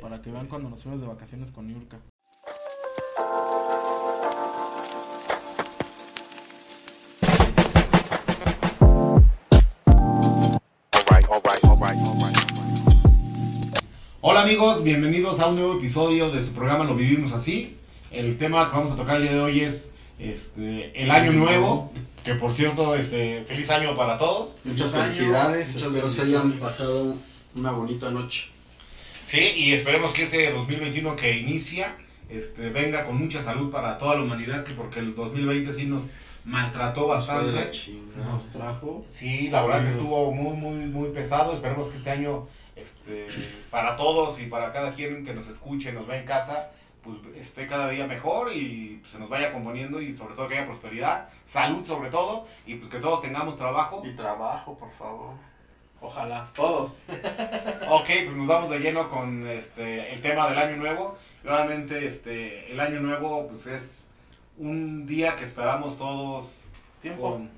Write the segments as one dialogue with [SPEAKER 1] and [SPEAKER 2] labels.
[SPEAKER 1] para que vean cuando nos fuimos de vacaciones con Yurka.
[SPEAKER 2] Hola amigos, bienvenidos a un nuevo episodio de su programa Lo Vivimos Así. El tema que vamos a tocar el día de hoy es este, el año nuevo, que por cierto, este, feliz año para todos.
[SPEAKER 3] Muchas
[SPEAKER 4] Feliz año.
[SPEAKER 3] felicidades,
[SPEAKER 4] Muchas
[SPEAKER 3] espero se
[SPEAKER 4] bendiciones.
[SPEAKER 3] hayan pasado una bonita noche.
[SPEAKER 2] Sí, y esperemos que ese 2021 que inicia este, venga con mucha salud para toda la humanidad, que porque el 2020 sí nos maltrató
[SPEAKER 3] Fue de la
[SPEAKER 2] bastante.
[SPEAKER 3] chingada.
[SPEAKER 1] Nos trajo.
[SPEAKER 2] Sí, la verdad que
[SPEAKER 1] Amigos.
[SPEAKER 2] estuvo muy, muy, muy pesado. Esperemos que este año, este, para todos y para cada quien que nos escuche, nos vea en casa, pues esté cada día mejor y pues, se nos vaya componiendo y sobre todo que haya prosperidad, salud sobre todo y pues que todos tengamos trabajo.
[SPEAKER 4] Y trabajo, por favor.
[SPEAKER 1] Ojalá, todos.
[SPEAKER 2] Ok, pues nos vamos de lleno con este, el tema del año nuevo. Y obviamente este, el año nuevo pues es un día que esperamos todos
[SPEAKER 1] Tiempo.
[SPEAKER 2] con-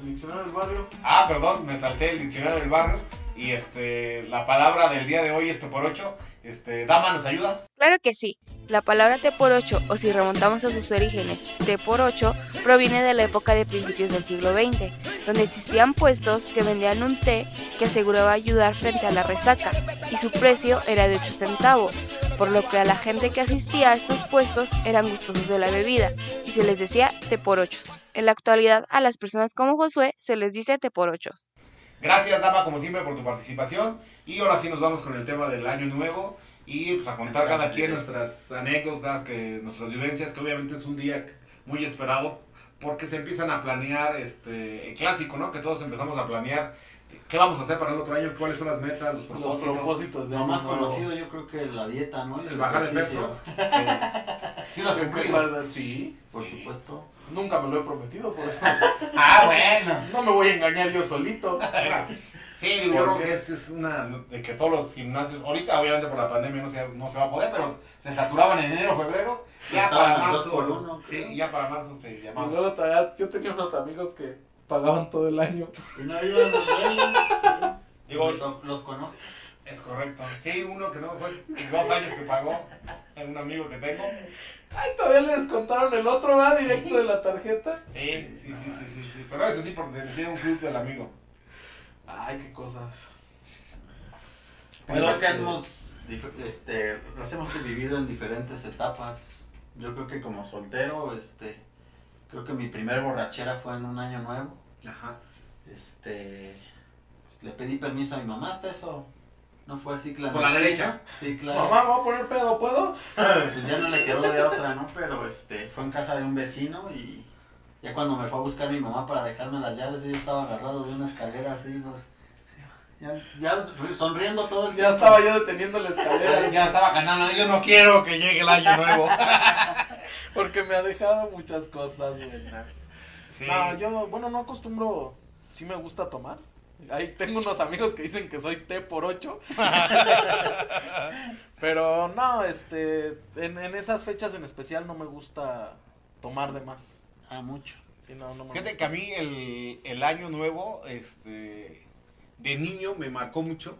[SPEAKER 4] El diccionario del barrio.
[SPEAKER 2] Ah, perdón, me salté el diccionario del barrio. Y este, la palabra del día de hoy, este por ocho, este, dama, ¿nos ayudas?
[SPEAKER 5] Claro que sí. La palabra T por 8, o si remontamos a sus orígenes, T por 8, proviene de la época de principios del siglo XX, donde existían puestos que vendían un té que aseguraba ayudar frente a la resaca, y su precio era de 8 centavos, por lo que a la gente que asistía a estos puestos eran gustosos de la bebida, y se les decía T por 8. En la actualidad, a las personas como Josué se les dice T por 8.
[SPEAKER 2] Gracias, dama, como siempre, por tu participación. Y ahora sí nos vamos con el tema del año nuevo. Y pues a contar cada quien nuestras anécdotas, que, nuestras vivencias, que obviamente es un día muy esperado porque se empiezan a planear este, el clásico, ¿no? Que todos empezamos a planear qué vamos a hacer para el otro año, cuáles son las metas, los
[SPEAKER 1] Los
[SPEAKER 2] propósitos.
[SPEAKER 1] propósitos de
[SPEAKER 3] Lo más
[SPEAKER 1] año nuevo.
[SPEAKER 3] conocido yo creo que la dieta, ¿no?
[SPEAKER 2] el bajar de
[SPEAKER 3] ejercicio.
[SPEAKER 2] peso. Eh, Sí, las
[SPEAKER 1] Creo que
[SPEAKER 2] cumplimos.
[SPEAKER 1] guarda- Sí.
[SPEAKER 3] Por
[SPEAKER 2] Sí.
[SPEAKER 3] supuesto.
[SPEAKER 1] Nunca me lo he prometido, por eso
[SPEAKER 2] Ah, bueno.
[SPEAKER 1] no me voy a engañar yo solito.
[SPEAKER 2] Sí, digo, yo
[SPEAKER 1] ¿Por
[SPEAKER 2] creo
[SPEAKER 1] qué?
[SPEAKER 2] que es, es una. de que todos los gimnasios, ahorita obviamente por la pandemia no se, no se va a poder, pero se saturaban en enero, febrero, ya
[SPEAKER 3] Estaban
[SPEAKER 2] para
[SPEAKER 3] al dos
[SPEAKER 2] marzo.
[SPEAKER 3] por uno,
[SPEAKER 2] sí,
[SPEAKER 3] creo.
[SPEAKER 2] ya para marzo se
[SPEAKER 1] Y
[SPEAKER 2] llamaba.
[SPEAKER 1] luego todavía, yo tenía unos amigos que pagaban todo el año.
[SPEAKER 3] Y no iban los güeyes.
[SPEAKER 2] Digo,
[SPEAKER 3] Lo- los conozco.
[SPEAKER 2] es correcto. Sí, uno que no fue dos años que pagó, es un amigo que tengo.
[SPEAKER 1] Ay, todavía le descontaron el otro, va directo de la tarjeta.
[SPEAKER 2] Sí, sí, sí, sí, sí. sí. Pero eso sí, pertenecía a un club del amigo.
[SPEAKER 1] Ay, qué cosas.
[SPEAKER 3] Yo creo que
[SPEAKER 1] Este,
[SPEAKER 3] hemos, dif- este, nos hemos vivido en diferentes etapas. Yo creo que como soltero, este, creo que mi primer borrachera fue en un año nuevo.
[SPEAKER 2] Ajá.
[SPEAKER 3] Este, pues, le pedí permiso a mi mamá hasta eso. No fue así claro.
[SPEAKER 2] Con la derecha.
[SPEAKER 3] Sí, claro.
[SPEAKER 1] Mamá, ¿me voy a poner pedo? ¿Puedo?
[SPEAKER 3] Pues ya no le quedó de otra, ¿no? Pero este, fue en casa de un vecino y ya cuando me fue a buscar mi mamá para dejarme las llaves, yo ya estaba agarrado de una escalera así, ¿no? Sí, ya, ya sonriendo todo el
[SPEAKER 1] Ya
[SPEAKER 3] tiempo.
[SPEAKER 1] estaba yo deteniendo la escalera.
[SPEAKER 2] Ya, ya estaba ganando, yo no quiero que llegue el año nuevo.
[SPEAKER 1] Porque me ha dejado muchas cosas buenas.
[SPEAKER 2] Sí.
[SPEAKER 1] No, yo, bueno, no acostumbro. Sí me gusta tomar. Ahí tengo unos amigos que dicen que soy té por ocho. Pero no, este. En, en esas fechas en especial no me gusta tomar de más.
[SPEAKER 3] Ah, mucho.
[SPEAKER 1] Sí, no, no me
[SPEAKER 2] Fíjate
[SPEAKER 1] gusta.
[SPEAKER 2] que a mí el, el año nuevo, este, de niño me marcó mucho,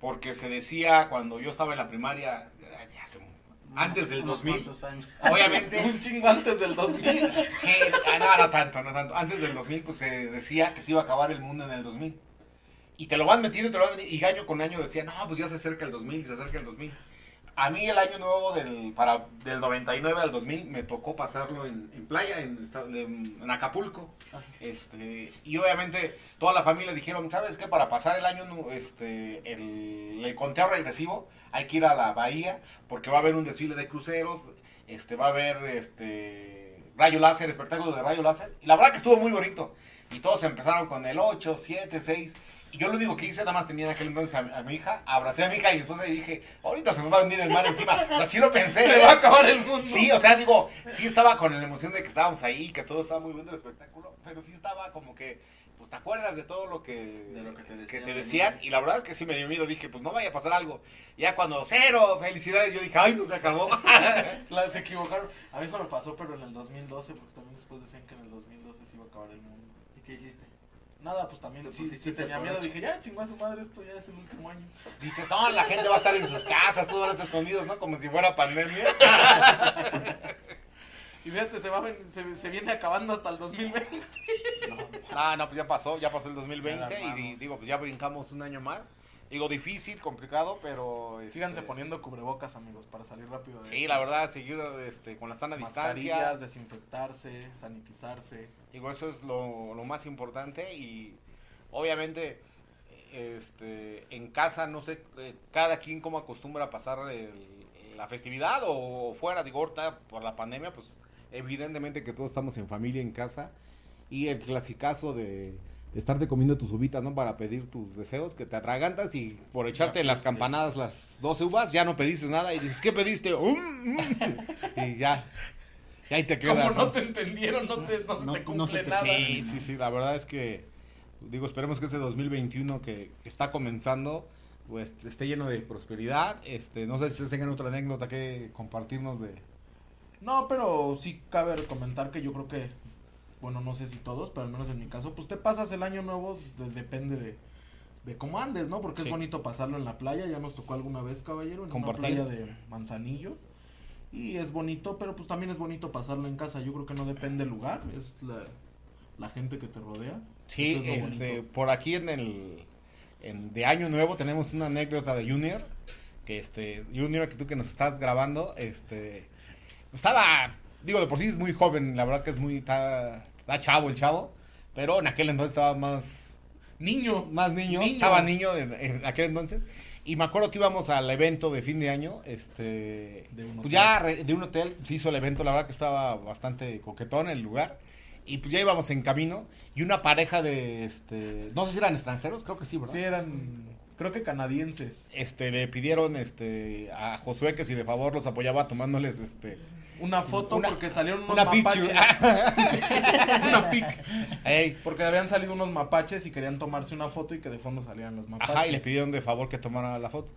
[SPEAKER 2] porque se decía cuando yo estaba en la primaria, ay, ya hace un- Antes del
[SPEAKER 3] Unos
[SPEAKER 2] 2000.
[SPEAKER 3] cuantos años.
[SPEAKER 2] obviamente,
[SPEAKER 1] Un chingo antes del 2000.
[SPEAKER 2] sí, ah, no, no tanto, no tanto, antes del 2000 pues se decía que se iba a acabar el mundo en el 2000. Y te lo van metiendo, te lo van metiendo, y gallo con año decía, no, pues ya se acerca el 2000, y se acerca el 2000. A mí el año nuevo del, para, del 99 al 2000 me tocó pasarlo en, en playa, en, esta- en- en Acapulco. Este, y obviamente toda la familia dijeron, ¿sabes qué? Para pasar el año, nu- este, el, el conteo regresivo, hay que ir a la bahía porque va a haber un desfile de cruceros, este, va a haber este, rayo láser, espectáculo de rayo láser. Y la verdad que estuvo muy bonito. Y todos empezaron con el 8, 7, 6. Y yo lo único que hice, nada más tenía en aquel entonces a, mi- a mi hija, abracé a mi hija y mi esposa y dije, ahorita se me va a venir el mar encima. O sea, Así lo pensé.
[SPEAKER 1] Se
[SPEAKER 2] ¿eh?
[SPEAKER 1] va a acabar el mundo.
[SPEAKER 2] Sí, o sea, digo, sí estaba con la emoción de que estábamos ahí, que todo estaba muy bien del espectáculo, pero sí estaba como que, pues te acuerdas de todo lo que,
[SPEAKER 3] De lo que te decían, ¿no?
[SPEAKER 2] decían, y la verdad es que sí me dio miedo, dije, pues no vaya a pasar algo. Ya cuando cero, felicidades, yo dije, ay, no se acabó.
[SPEAKER 1] La- se equivocaron. A mí eso me pasó, pero en el 2012, porque también después decían que en el 2012 se iba a acabar el mundo.
[SPEAKER 3] ¿Y qué hiciste?
[SPEAKER 1] Nada, pues también
[SPEAKER 3] Te
[SPEAKER 1] sí,
[SPEAKER 3] pusiste
[SPEAKER 1] sí tenía
[SPEAKER 3] por
[SPEAKER 1] miedo.
[SPEAKER 3] ocho.
[SPEAKER 1] Dije, ya, chingó a su madre, esto ya es el último año.
[SPEAKER 2] Dices, no, la gente va a estar en sus casas, todos van a estar escondidos, ¿no? Como si fuera pandemia.
[SPEAKER 1] Y fíjate, se, va, a ven- se, se viene acabando hasta el 2020.
[SPEAKER 2] No, no, pues ya pasó, ya pasó el
[SPEAKER 3] Ya la
[SPEAKER 2] 2020 y
[SPEAKER 3] armamos.
[SPEAKER 2] di- digo, pues ya brincamos un año más. Digo, difícil, complicado, pero... este,
[SPEAKER 1] Síganse poniendo cubrebocas, amigos, para salir rápido de
[SPEAKER 2] Sí,
[SPEAKER 1] esto.
[SPEAKER 2] la verdad, seguir este, con la sana distancia.
[SPEAKER 1] Mascarillas, desinfectarse, sanitizarse.
[SPEAKER 2] Digo, eso es lo, lo más importante y obviamente este, en casa, no sé, eh, cada quien cómo acostumbra a pasar el- la festividad o, fuera, digo, ahorita por la pandemia, pues evidentemente que todos estamos en familia, en casa y el clasicazo de de estarte comiendo tus uvitas, ¿no? Para pedir tus deseos, que te atragantas y por echarte las campanadas las 12 uvas, ya no pediste nada y dices, ¿qué pediste? "Mm, mm", y ya, ya ahí te
[SPEAKER 1] Como
[SPEAKER 2] quedas.
[SPEAKER 1] no te entendieron, no, te, no, se
[SPEAKER 3] No-
[SPEAKER 1] te
[SPEAKER 3] no
[SPEAKER 1] cumple
[SPEAKER 3] se te-
[SPEAKER 1] nada.
[SPEAKER 2] Sí, sí, sí, la verdad es que, digo, esperemos que este 2021 que, que está comenzando, pues esté lleno de prosperidad. Este, no sé si ustedes tengan otra anécdota que compartirnos de...
[SPEAKER 1] No, pero sí cabe comentar que yo creo que, bueno, no sé si todos, pero al menos en mi caso, pues te pasas el año nuevo, de- depende de, de cómo andes, ¿no? Porque
[SPEAKER 2] Sí.
[SPEAKER 1] es bonito pasarlo en la playa, ya nos tocó alguna vez, caballero, en
[SPEAKER 2] Compartir.
[SPEAKER 1] una playa de Manzanillo. Y es bonito, pero pues también es bonito pasarlo en casa, yo creo que no depende el lugar, es la, la gente que te rodea.
[SPEAKER 2] Sí,
[SPEAKER 1] Eso es lo
[SPEAKER 2] este,
[SPEAKER 1] bonito.
[SPEAKER 2] por aquí en el en- de Año Nuevo tenemos una anécdota de Junior, que este, Junior, que tú que nos estás grabando, este, estaba, digo, de por sí es muy joven, la verdad que es muy, está, está chavo el chavo, pero en aquel entonces estaba más,
[SPEAKER 1] Niño,
[SPEAKER 2] más niño,
[SPEAKER 1] Niño.
[SPEAKER 2] estaba niño en, en aquel entonces, y me acuerdo que íbamos al evento de fin de año, este,
[SPEAKER 1] De un
[SPEAKER 2] pues
[SPEAKER 1] hotel.
[SPEAKER 2] ya re- de un hotel se hizo el evento, la verdad que estaba bastante coquetón el lugar, y pues ya íbamos en camino, y una pareja de, este, no sé si eran extranjeros, creo que sí, ¿verdad?
[SPEAKER 1] sí eran, creo que canadienses,
[SPEAKER 2] Este, le pidieron, este, a Josué que si de favor los apoyaba tomándoles, este,
[SPEAKER 1] una foto
[SPEAKER 2] Una-
[SPEAKER 1] porque salieron unos
[SPEAKER 2] una
[SPEAKER 1] mapaches.
[SPEAKER 2] picture.
[SPEAKER 1] una pic.
[SPEAKER 2] Ey,
[SPEAKER 1] Porque habían salido unos mapaches y querían tomarse una foto y que de fondo salieran los mapaches.
[SPEAKER 2] Ajá, y le pidieron de favor que tomara la foto.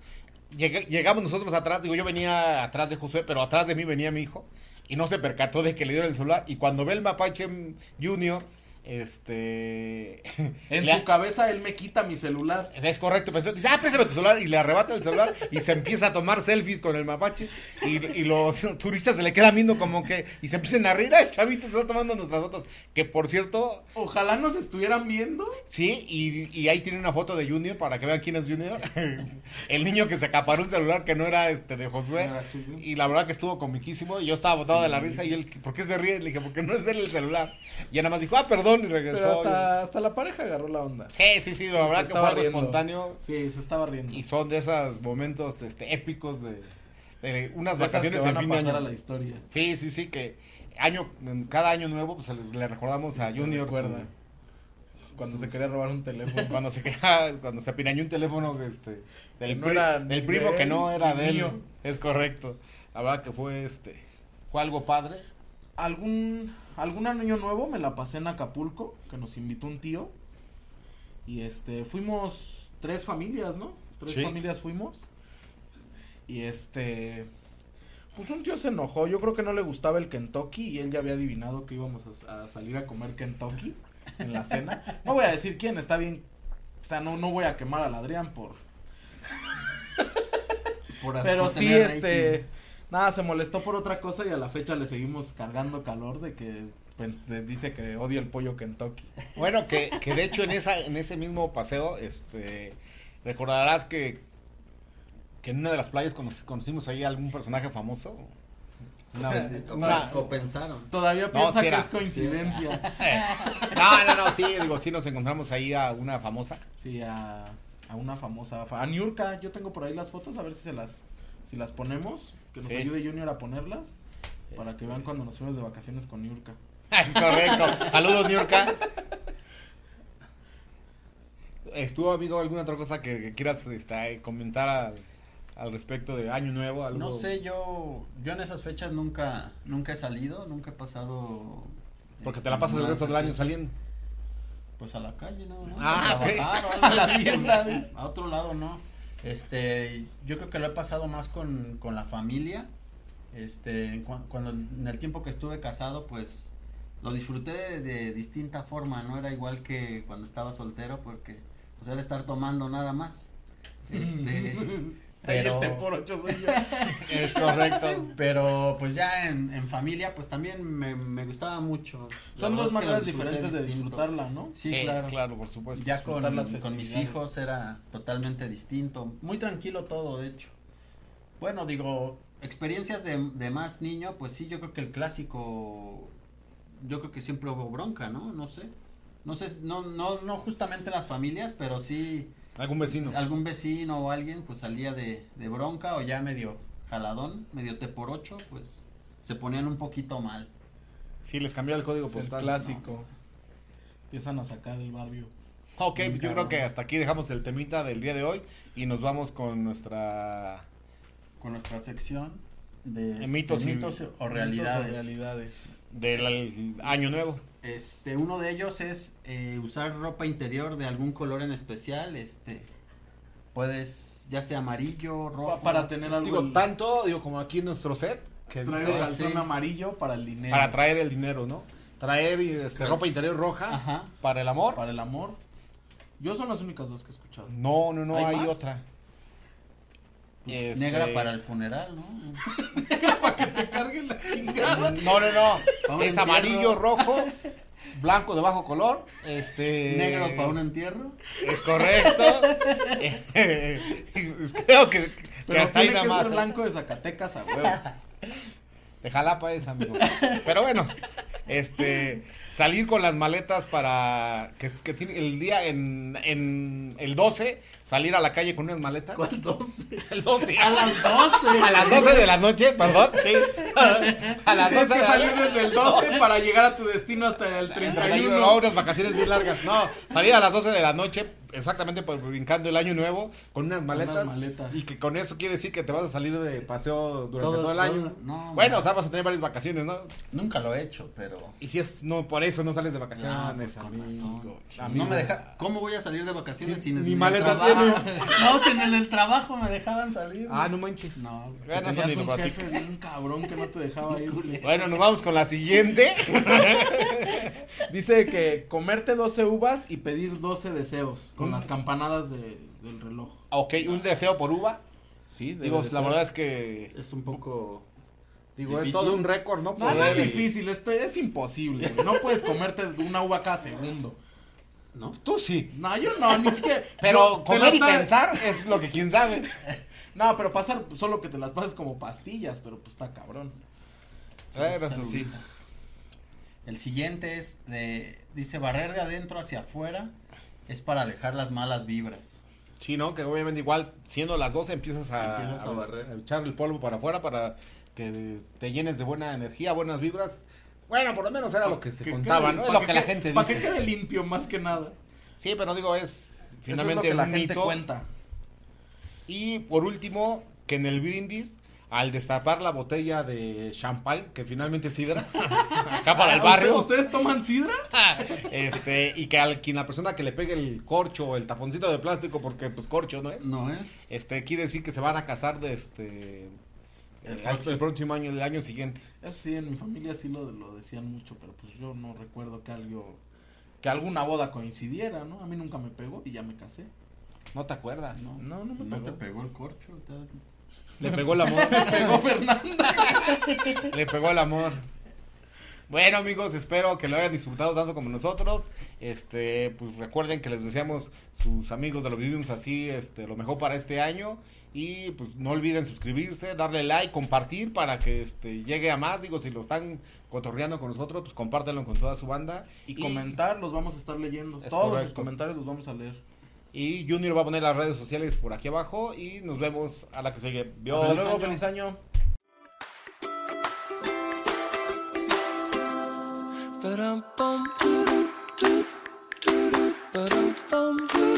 [SPEAKER 2] Llegué- llegamos nosotros atrás, digo, yo venía atrás de Josué, pero atrás de mí venía mi hijo. Y no se percató de que le dieron el celular. Y cuando ve el mapache mm, Junior, este.
[SPEAKER 1] En
[SPEAKER 2] le-
[SPEAKER 1] su cabeza él me quita mi celular.
[SPEAKER 2] Es correcto, pensó, dice, ah, préstame tu celular, y le arrebata el celular, y se empieza a tomar selfies con el mapache, y, y los turistas se le quedan viendo como que, y se empiezan a reír, "Ah, el chavito se está tomando nuestras fotos, que por cierto,
[SPEAKER 1] Ojalá nos estuvieran viendo.
[SPEAKER 2] Sí, y, y ahí tiene una foto de Junior para que vean quién es Junior. El niño que se acaparó un celular que no era este de Josué. Y la verdad que estuvo comiquísimo. Y yo estaba botado de la risa. Y él, ¿por qué se ríe? Le dije, porque no es de él el celular. Y ya nada más dijo, ah, perdón. Y
[SPEAKER 1] Pero
[SPEAKER 2] regresó.
[SPEAKER 1] hasta, hasta la pareja agarró la onda.
[SPEAKER 2] Sí, sí, sí.
[SPEAKER 1] se
[SPEAKER 2] La verdad que fue
[SPEAKER 1] estaba
[SPEAKER 2] algo
[SPEAKER 1] riendo.
[SPEAKER 2] espontáneo.
[SPEAKER 1] Sí, se estaba riendo.
[SPEAKER 2] Y son de esos momentos este, épicos de, de unas
[SPEAKER 1] De esas que
[SPEAKER 2] vacaciones
[SPEAKER 1] van
[SPEAKER 2] en
[SPEAKER 1] a
[SPEAKER 2] fin de
[SPEAKER 1] pasar
[SPEAKER 2] año.
[SPEAKER 1] a la historia.
[SPEAKER 2] Sí, sí, sí. Que año, cada año nuevo pues, le recordamos
[SPEAKER 1] Sí,
[SPEAKER 2] a
[SPEAKER 1] se
[SPEAKER 2] Junior.
[SPEAKER 1] recuerda.
[SPEAKER 2] su-
[SPEAKER 1] Cuando
[SPEAKER 2] sí,
[SPEAKER 1] se
[SPEAKER 2] sí.
[SPEAKER 1] quería robar un teléfono.
[SPEAKER 2] cuando se queda, cuando se apirañó un teléfono este
[SPEAKER 1] Que
[SPEAKER 2] del,
[SPEAKER 1] no
[SPEAKER 2] pri-
[SPEAKER 1] era
[SPEAKER 2] del
[SPEAKER 1] ni
[SPEAKER 2] primo
[SPEAKER 1] de
[SPEAKER 2] que
[SPEAKER 1] él,
[SPEAKER 2] no era
[SPEAKER 1] ni
[SPEAKER 2] de él.
[SPEAKER 1] mío.
[SPEAKER 2] Es correcto. La verdad que fue este fue algo padre.
[SPEAKER 1] algún algún año nuevo me la pasé en Acapulco, que nos invitó un tío. Y este fuimos tres familias, ¿no? Tres
[SPEAKER 2] Sí.
[SPEAKER 1] familias fuimos. Y este pues un tío se enojó, yo creo que no le gustaba el Kentucky y él ya había adivinado que íbamos a, a salir a comer Kentucky en la cena. No voy a decir quién, está bien. O sea, no no voy a quemar al Adrián por
[SPEAKER 3] Por-
[SPEAKER 1] pero
[SPEAKER 3] por
[SPEAKER 1] sí,
[SPEAKER 3] tener
[SPEAKER 1] este.
[SPEAKER 3] rating.
[SPEAKER 1] Nada, se molestó por otra cosa y a la fecha le seguimos cargando calor de que pen- de- dice que odia el pollo Kentucky.
[SPEAKER 2] Bueno, que, que de hecho en esa en ese mismo paseo este recordarás que que en una de las playas cono- conocimos ahí a algún personaje famoso. Una- una-
[SPEAKER 3] O pensaron.
[SPEAKER 1] Todavía
[SPEAKER 2] No,
[SPEAKER 1] piensa
[SPEAKER 2] sí
[SPEAKER 1] que
[SPEAKER 2] era.
[SPEAKER 1] es coincidencia.
[SPEAKER 2] no, no, no, sí, digo, sí nos encontramos ahí a una famosa.
[SPEAKER 1] Sí, a, a una famosa. fa- A Niurka, yo tengo por ahí las fotos, a ver si se las, si las ponemos. Que nos
[SPEAKER 2] Sí.
[SPEAKER 1] ayude Junior a ponerlas. Para
[SPEAKER 3] Este.
[SPEAKER 1] que vean cuando nos fuimos de vacaciones con Niurka.
[SPEAKER 2] Es correcto. Saludos, Niurka. ¿Estuvo, amigo, alguna otra cosa que, que quieras este, comentar al, al respecto de Año Nuevo? Algo?
[SPEAKER 3] No sé, yo, yo en esas fechas nunca, nunca he salido, nunca he pasado.
[SPEAKER 2] Porque
[SPEAKER 3] este,
[SPEAKER 2] te la pasas el
[SPEAKER 3] más
[SPEAKER 2] resto del año
[SPEAKER 3] así,
[SPEAKER 2] saliendo.
[SPEAKER 3] Pues a la calle, ¿no? ¿no?
[SPEAKER 2] Ah,
[SPEAKER 3] a
[SPEAKER 2] ok.
[SPEAKER 3] trabajar o algo
[SPEAKER 1] La
[SPEAKER 3] así,
[SPEAKER 1] mierda,
[SPEAKER 3] pues,
[SPEAKER 1] ¿ves?
[SPEAKER 3] A otro lado, ¿no? Este, yo creo que lo he pasado más con, con la familia. Este, cu- cuando en el tiempo que estuve casado, pues lo disfruté de, de distinta forma, no era igual que cuando estaba soltero porque pues era estar tomando nada más. Este,
[SPEAKER 1] Ahí
[SPEAKER 3] pero,
[SPEAKER 1] el té por ocho soy yo.
[SPEAKER 3] es correcto, pero pues ya en, en familia pues también me, me gustaba mucho. La
[SPEAKER 1] Son
[SPEAKER 3] verdad
[SPEAKER 1] dos
[SPEAKER 3] es que lo
[SPEAKER 1] maneras
[SPEAKER 3] disfruté
[SPEAKER 1] diferentes de
[SPEAKER 3] distinto.
[SPEAKER 1] disfrutarla, ¿no?
[SPEAKER 3] Sí, claro.
[SPEAKER 2] por supuesto.
[SPEAKER 3] Ya con,
[SPEAKER 1] pues,
[SPEAKER 3] este,
[SPEAKER 1] disfrutar las
[SPEAKER 3] con mis
[SPEAKER 1] festividades.
[SPEAKER 3] hijos era totalmente distinto. Muy tranquilo todo, de hecho. Bueno, digo, experiencias de, de más niño, pues sí, yo creo que el clásico, yo creo que siempre hubo bronca, ¿no? No sé. No sé, no, no, no justamente las familias, pero sí
[SPEAKER 2] Algún vecino.
[SPEAKER 3] algún vecino o alguien pues salía de, de bronca o ya medio jaladón, medio te por ocho, pues se ponían un poquito mal.
[SPEAKER 2] Sí, les cambió el código
[SPEAKER 1] Es el
[SPEAKER 2] postal.
[SPEAKER 1] clásico. Empiezan a sacar del barrio.
[SPEAKER 2] Ok, pues yo creo
[SPEAKER 1] cabrón.
[SPEAKER 2] que hasta aquí dejamos el temita del día de hoy y nos vamos con nuestra...
[SPEAKER 3] Con nuestra sección de
[SPEAKER 2] Eh, mitos
[SPEAKER 3] este,
[SPEAKER 2] y-
[SPEAKER 3] mitos o
[SPEAKER 1] Mitos o
[SPEAKER 3] realidades.
[SPEAKER 1] realidades.
[SPEAKER 2] del al- año nuevo.
[SPEAKER 3] Este, uno de ellos es eh, usar ropa interior de algún color en especial, este, puedes, ya sea amarillo, rojo.
[SPEAKER 1] Pa- para tener algo.
[SPEAKER 2] Digo,
[SPEAKER 1] el-
[SPEAKER 2] tanto, digo, como aquí en nuestro set, que
[SPEAKER 1] Traigo
[SPEAKER 2] dice,
[SPEAKER 1] calzón
[SPEAKER 3] sí.
[SPEAKER 1] amarillo para el dinero.
[SPEAKER 2] para traer el dinero, ¿no? Traer y, este,
[SPEAKER 3] Pues-
[SPEAKER 2] ropa interior roja
[SPEAKER 3] Ajá.
[SPEAKER 2] para el amor.
[SPEAKER 1] Para el amor. Yo son las únicas dos que he escuchado.
[SPEAKER 2] No, no, no,
[SPEAKER 1] ¿Hay
[SPEAKER 2] hay,
[SPEAKER 1] más?
[SPEAKER 2] otra. Este,
[SPEAKER 3] pues, Negra para el funeral, ¿no?
[SPEAKER 1] Te carguen la chingada.
[SPEAKER 2] No, no, no.
[SPEAKER 3] Para un
[SPEAKER 2] es
[SPEAKER 3] entierro.
[SPEAKER 2] amarillo, rojo, blanco de bajo color, este...
[SPEAKER 3] Negro para un entierro.
[SPEAKER 2] Es correcto. Creo que, que
[SPEAKER 1] Pero
[SPEAKER 2] hasta ahí
[SPEAKER 1] tiene
[SPEAKER 2] nada
[SPEAKER 1] que
[SPEAKER 2] más.
[SPEAKER 1] ser
[SPEAKER 2] ¿eh?
[SPEAKER 1] blanco de Zacatecas a huevo.
[SPEAKER 2] De Jalapa es, amigo. Pero bueno, este, salir con las maletas para que, que tiene el día en, en el 12, salir a la calle con unas maletas.
[SPEAKER 3] ¿Cuál 12?
[SPEAKER 2] El 12.
[SPEAKER 3] A las 12.
[SPEAKER 2] A las 12 de la noche, perdón, sí. A las 12
[SPEAKER 1] Tienes
[SPEAKER 2] de
[SPEAKER 1] que
[SPEAKER 2] la
[SPEAKER 1] salir
[SPEAKER 2] noche.
[SPEAKER 1] desde el 12 para llegar a tu destino hasta el
[SPEAKER 2] No,
[SPEAKER 1] 31.
[SPEAKER 2] Ah, unas vacaciones bien largas. No, salir a las 12 de la noche, exactamente por brincando el año nuevo, con unas maletas.
[SPEAKER 1] maletas.
[SPEAKER 2] Y que con eso quiere decir que te vas a salir de paseo durante
[SPEAKER 3] Todo-
[SPEAKER 2] todo el año.
[SPEAKER 3] todo- no,
[SPEAKER 2] Bueno,
[SPEAKER 3] no.
[SPEAKER 2] o sea, vas a tener varias vacaciones, ¿no?
[SPEAKER 3] Nunca lo he hecho, pero.
[SPEAKER 2] Y si es, no, por eso no sales de
[SPEAKER 3] Ah,
[SPEAKER 2] vacaciones,
[SPEAKER 3] pues, con
[SPEAKER 2] amigo. Ah,
[SPEAKER 3] razón.
[SPEAKER 2] Amigo.
[SPEAKER 3] No me deja. ¿Cómo voy a salir de vacaciones
[SPEAKER 2] Sí,
[SPEAKER 3] sin
[SPEAKER 2] ni
[SPEAKER 3] el
[SPEAKER 2] maleta
[SPEAKER 3] trabajo? No, sin el, el trabajo me dejaban salir.
[SPEAKER 2] Ah, no manches.
[SPEAKER 3] No.
[SPEAKER 2] Vean,
[SPEAKER 1] Tenías
[SPEAKER 2] eso ni lo
[SPEAKER 1] un
[SPEAKER 2] platico.
[SPEAKER 1] jefe bien cabrón que no te dejaba ir.
[SPEAKER 2] Bueno, nos vamos con la siguiente.
[SPEAKER 1] Dice que comerte 12 uvas y pedir 12 deseos con las campanadas de- del reloj.
[SPEAKER 2] ok, un deseo por uva.
[SPEAKER 1] Sí,
[SPEAKER 2] Digo, la verdad es que.
[SPEAKER 1] es un poco...
[SPEAKER 2] Digo,
[SPEAKER 3] Difícil.
[SPEAKER 2] es todo un récord, ¿no?
[SPEAKER 1] No, no es
[SPEAKER 2] Poder-
[SPEAKER 1] difícil, es, es imposible. güey. No puedes comerte una uva cada segundo.
[SPEAKER 3] ¿No?
[SPEAKER 2] Tú sí.
[SPEAKER 1] No, yo no, ni siquiera. yo-
[SPEAKER 2] Pero
[SPEAKER 1] te
[SPEAKER 2] comer
[SPEAKER 1] las
[SPEAKER 2] y
[SPEAKER 1] ta-
[SPEAKER 2] pensar es lo que quién sabe.
[SPEAKER 1] No, pero pasar, solo que te las pases como pastillas, pero pues está cabrón.
[SPEAKER 2] Era su-
[SPEAKER 3] Salsitas. El siguiente es de, dice barrer de adentro hacia afuera es para alejar las malas vibras.
[SPEAKER 2] Sí, ¿no? Que obviamente igual siendo las 12 empiezas a,
[SPEAKER 3] Empiezas a barrer.
[SPEAKER 2] a echar el polvo para afuera para que te llenes de buena energía, buenas vibras. Bueno, por lo menos era lo que se
[SPEAKER 1] Que
[SPEAKER 2] contaba,
[SPEAKER 1] quede-
[SPEAKER 2] ¿no? Es
[SPEAKER 1] pa'
[SPEAKER 2] lo que la
[SPEAKER 1] quede-
[SPEAKER 2] gente
[SPEAKER 1] pa' que
[SPEAKER 2] dice.
[SPEAKER 1] quede limpio más que nada.
[SPEAKER 2] Sí, pero digo, es
[SPEAKER 1] Finalmente
[SPEAKER 2] finalmente
[SPEAKER 1] la
[SPEAKER 2] un
[SPEAKER 1] gente
[SPEAKER 2] mito.
[SPEAKER 1] cuenta.
[SPEAKER 2] Y por último, que en el brindis, al destapar la botella de champagne, que finalmente es sidra, acá para el
[SPEAKER 1] Ah,
[SPEAKER 2] barrio,
[SPEAKER 1] ¿Ustedes, ustedes toman sidra?
[SPEAKER 2] este, y que al quien la persona que le pegue el corcho o el taponcito de plástico, porque pues corcho no es,
[SPEAKER 3] ¿No es?
[SPEAKER 2] este, quiere decir que se van a casar de este...
[SPEAKER 3] El
[SPEAKER 2] eh,
[SPEAKER 3] próximo.
[SPEAKER 2] el próximo año, el año siguiente.
[SPEAKER 1] Eso sí, en mi familia sí lo, lo decían mucho, pero pues yo no recuerdo que algo que alguna boda coincidiera, ¿no? A mí nunca me pegó y ya me casé.
[SPEAKER 2] No te acuerdas.
[SPEAKER 1] No, no, no me
[SPEAKER 3] ¿No te
[SPEAKER 1] pegó.
[SPEAKER 3] pegó el corcho? Te-
[SPEAKER 2] Le pegó el amor.
[SPEAKER 1] Pegó Fernanda.
[SPEAKER 2] Le pegó el amor. Bueno amigos, espero que lo hayan disfrutado tanto como nosotros. Este, pues recuerden que les deseamos sus amigos de lo vivimos así, este, lo mejor para este año y pues no olviden suscribirse, darle like, compartir para que este llegue a más. Digo, si lo están cotorreando con nosotros, pues compártanlo con toda su banda
[SPEAKER 1] Y comentar, los vamos a estar leyendo.
[SPEAKER 2] Es
[SPEAKER 1] Todos los
[SPEAKER 2] correcto.
[SPEAKER 1] comentarios los vamos a leer.
[SPEAKER 2] Y Junior va a poner las redes sociales por aquí abajo y nos vemos a la que sigue. Dios.
[SPEAKER 1] Hasta luego, feliz año.
[SPEAKER 6] Ba-dum-bum, doo-doo, doo-doo, ba-dum-bum, doo-doo.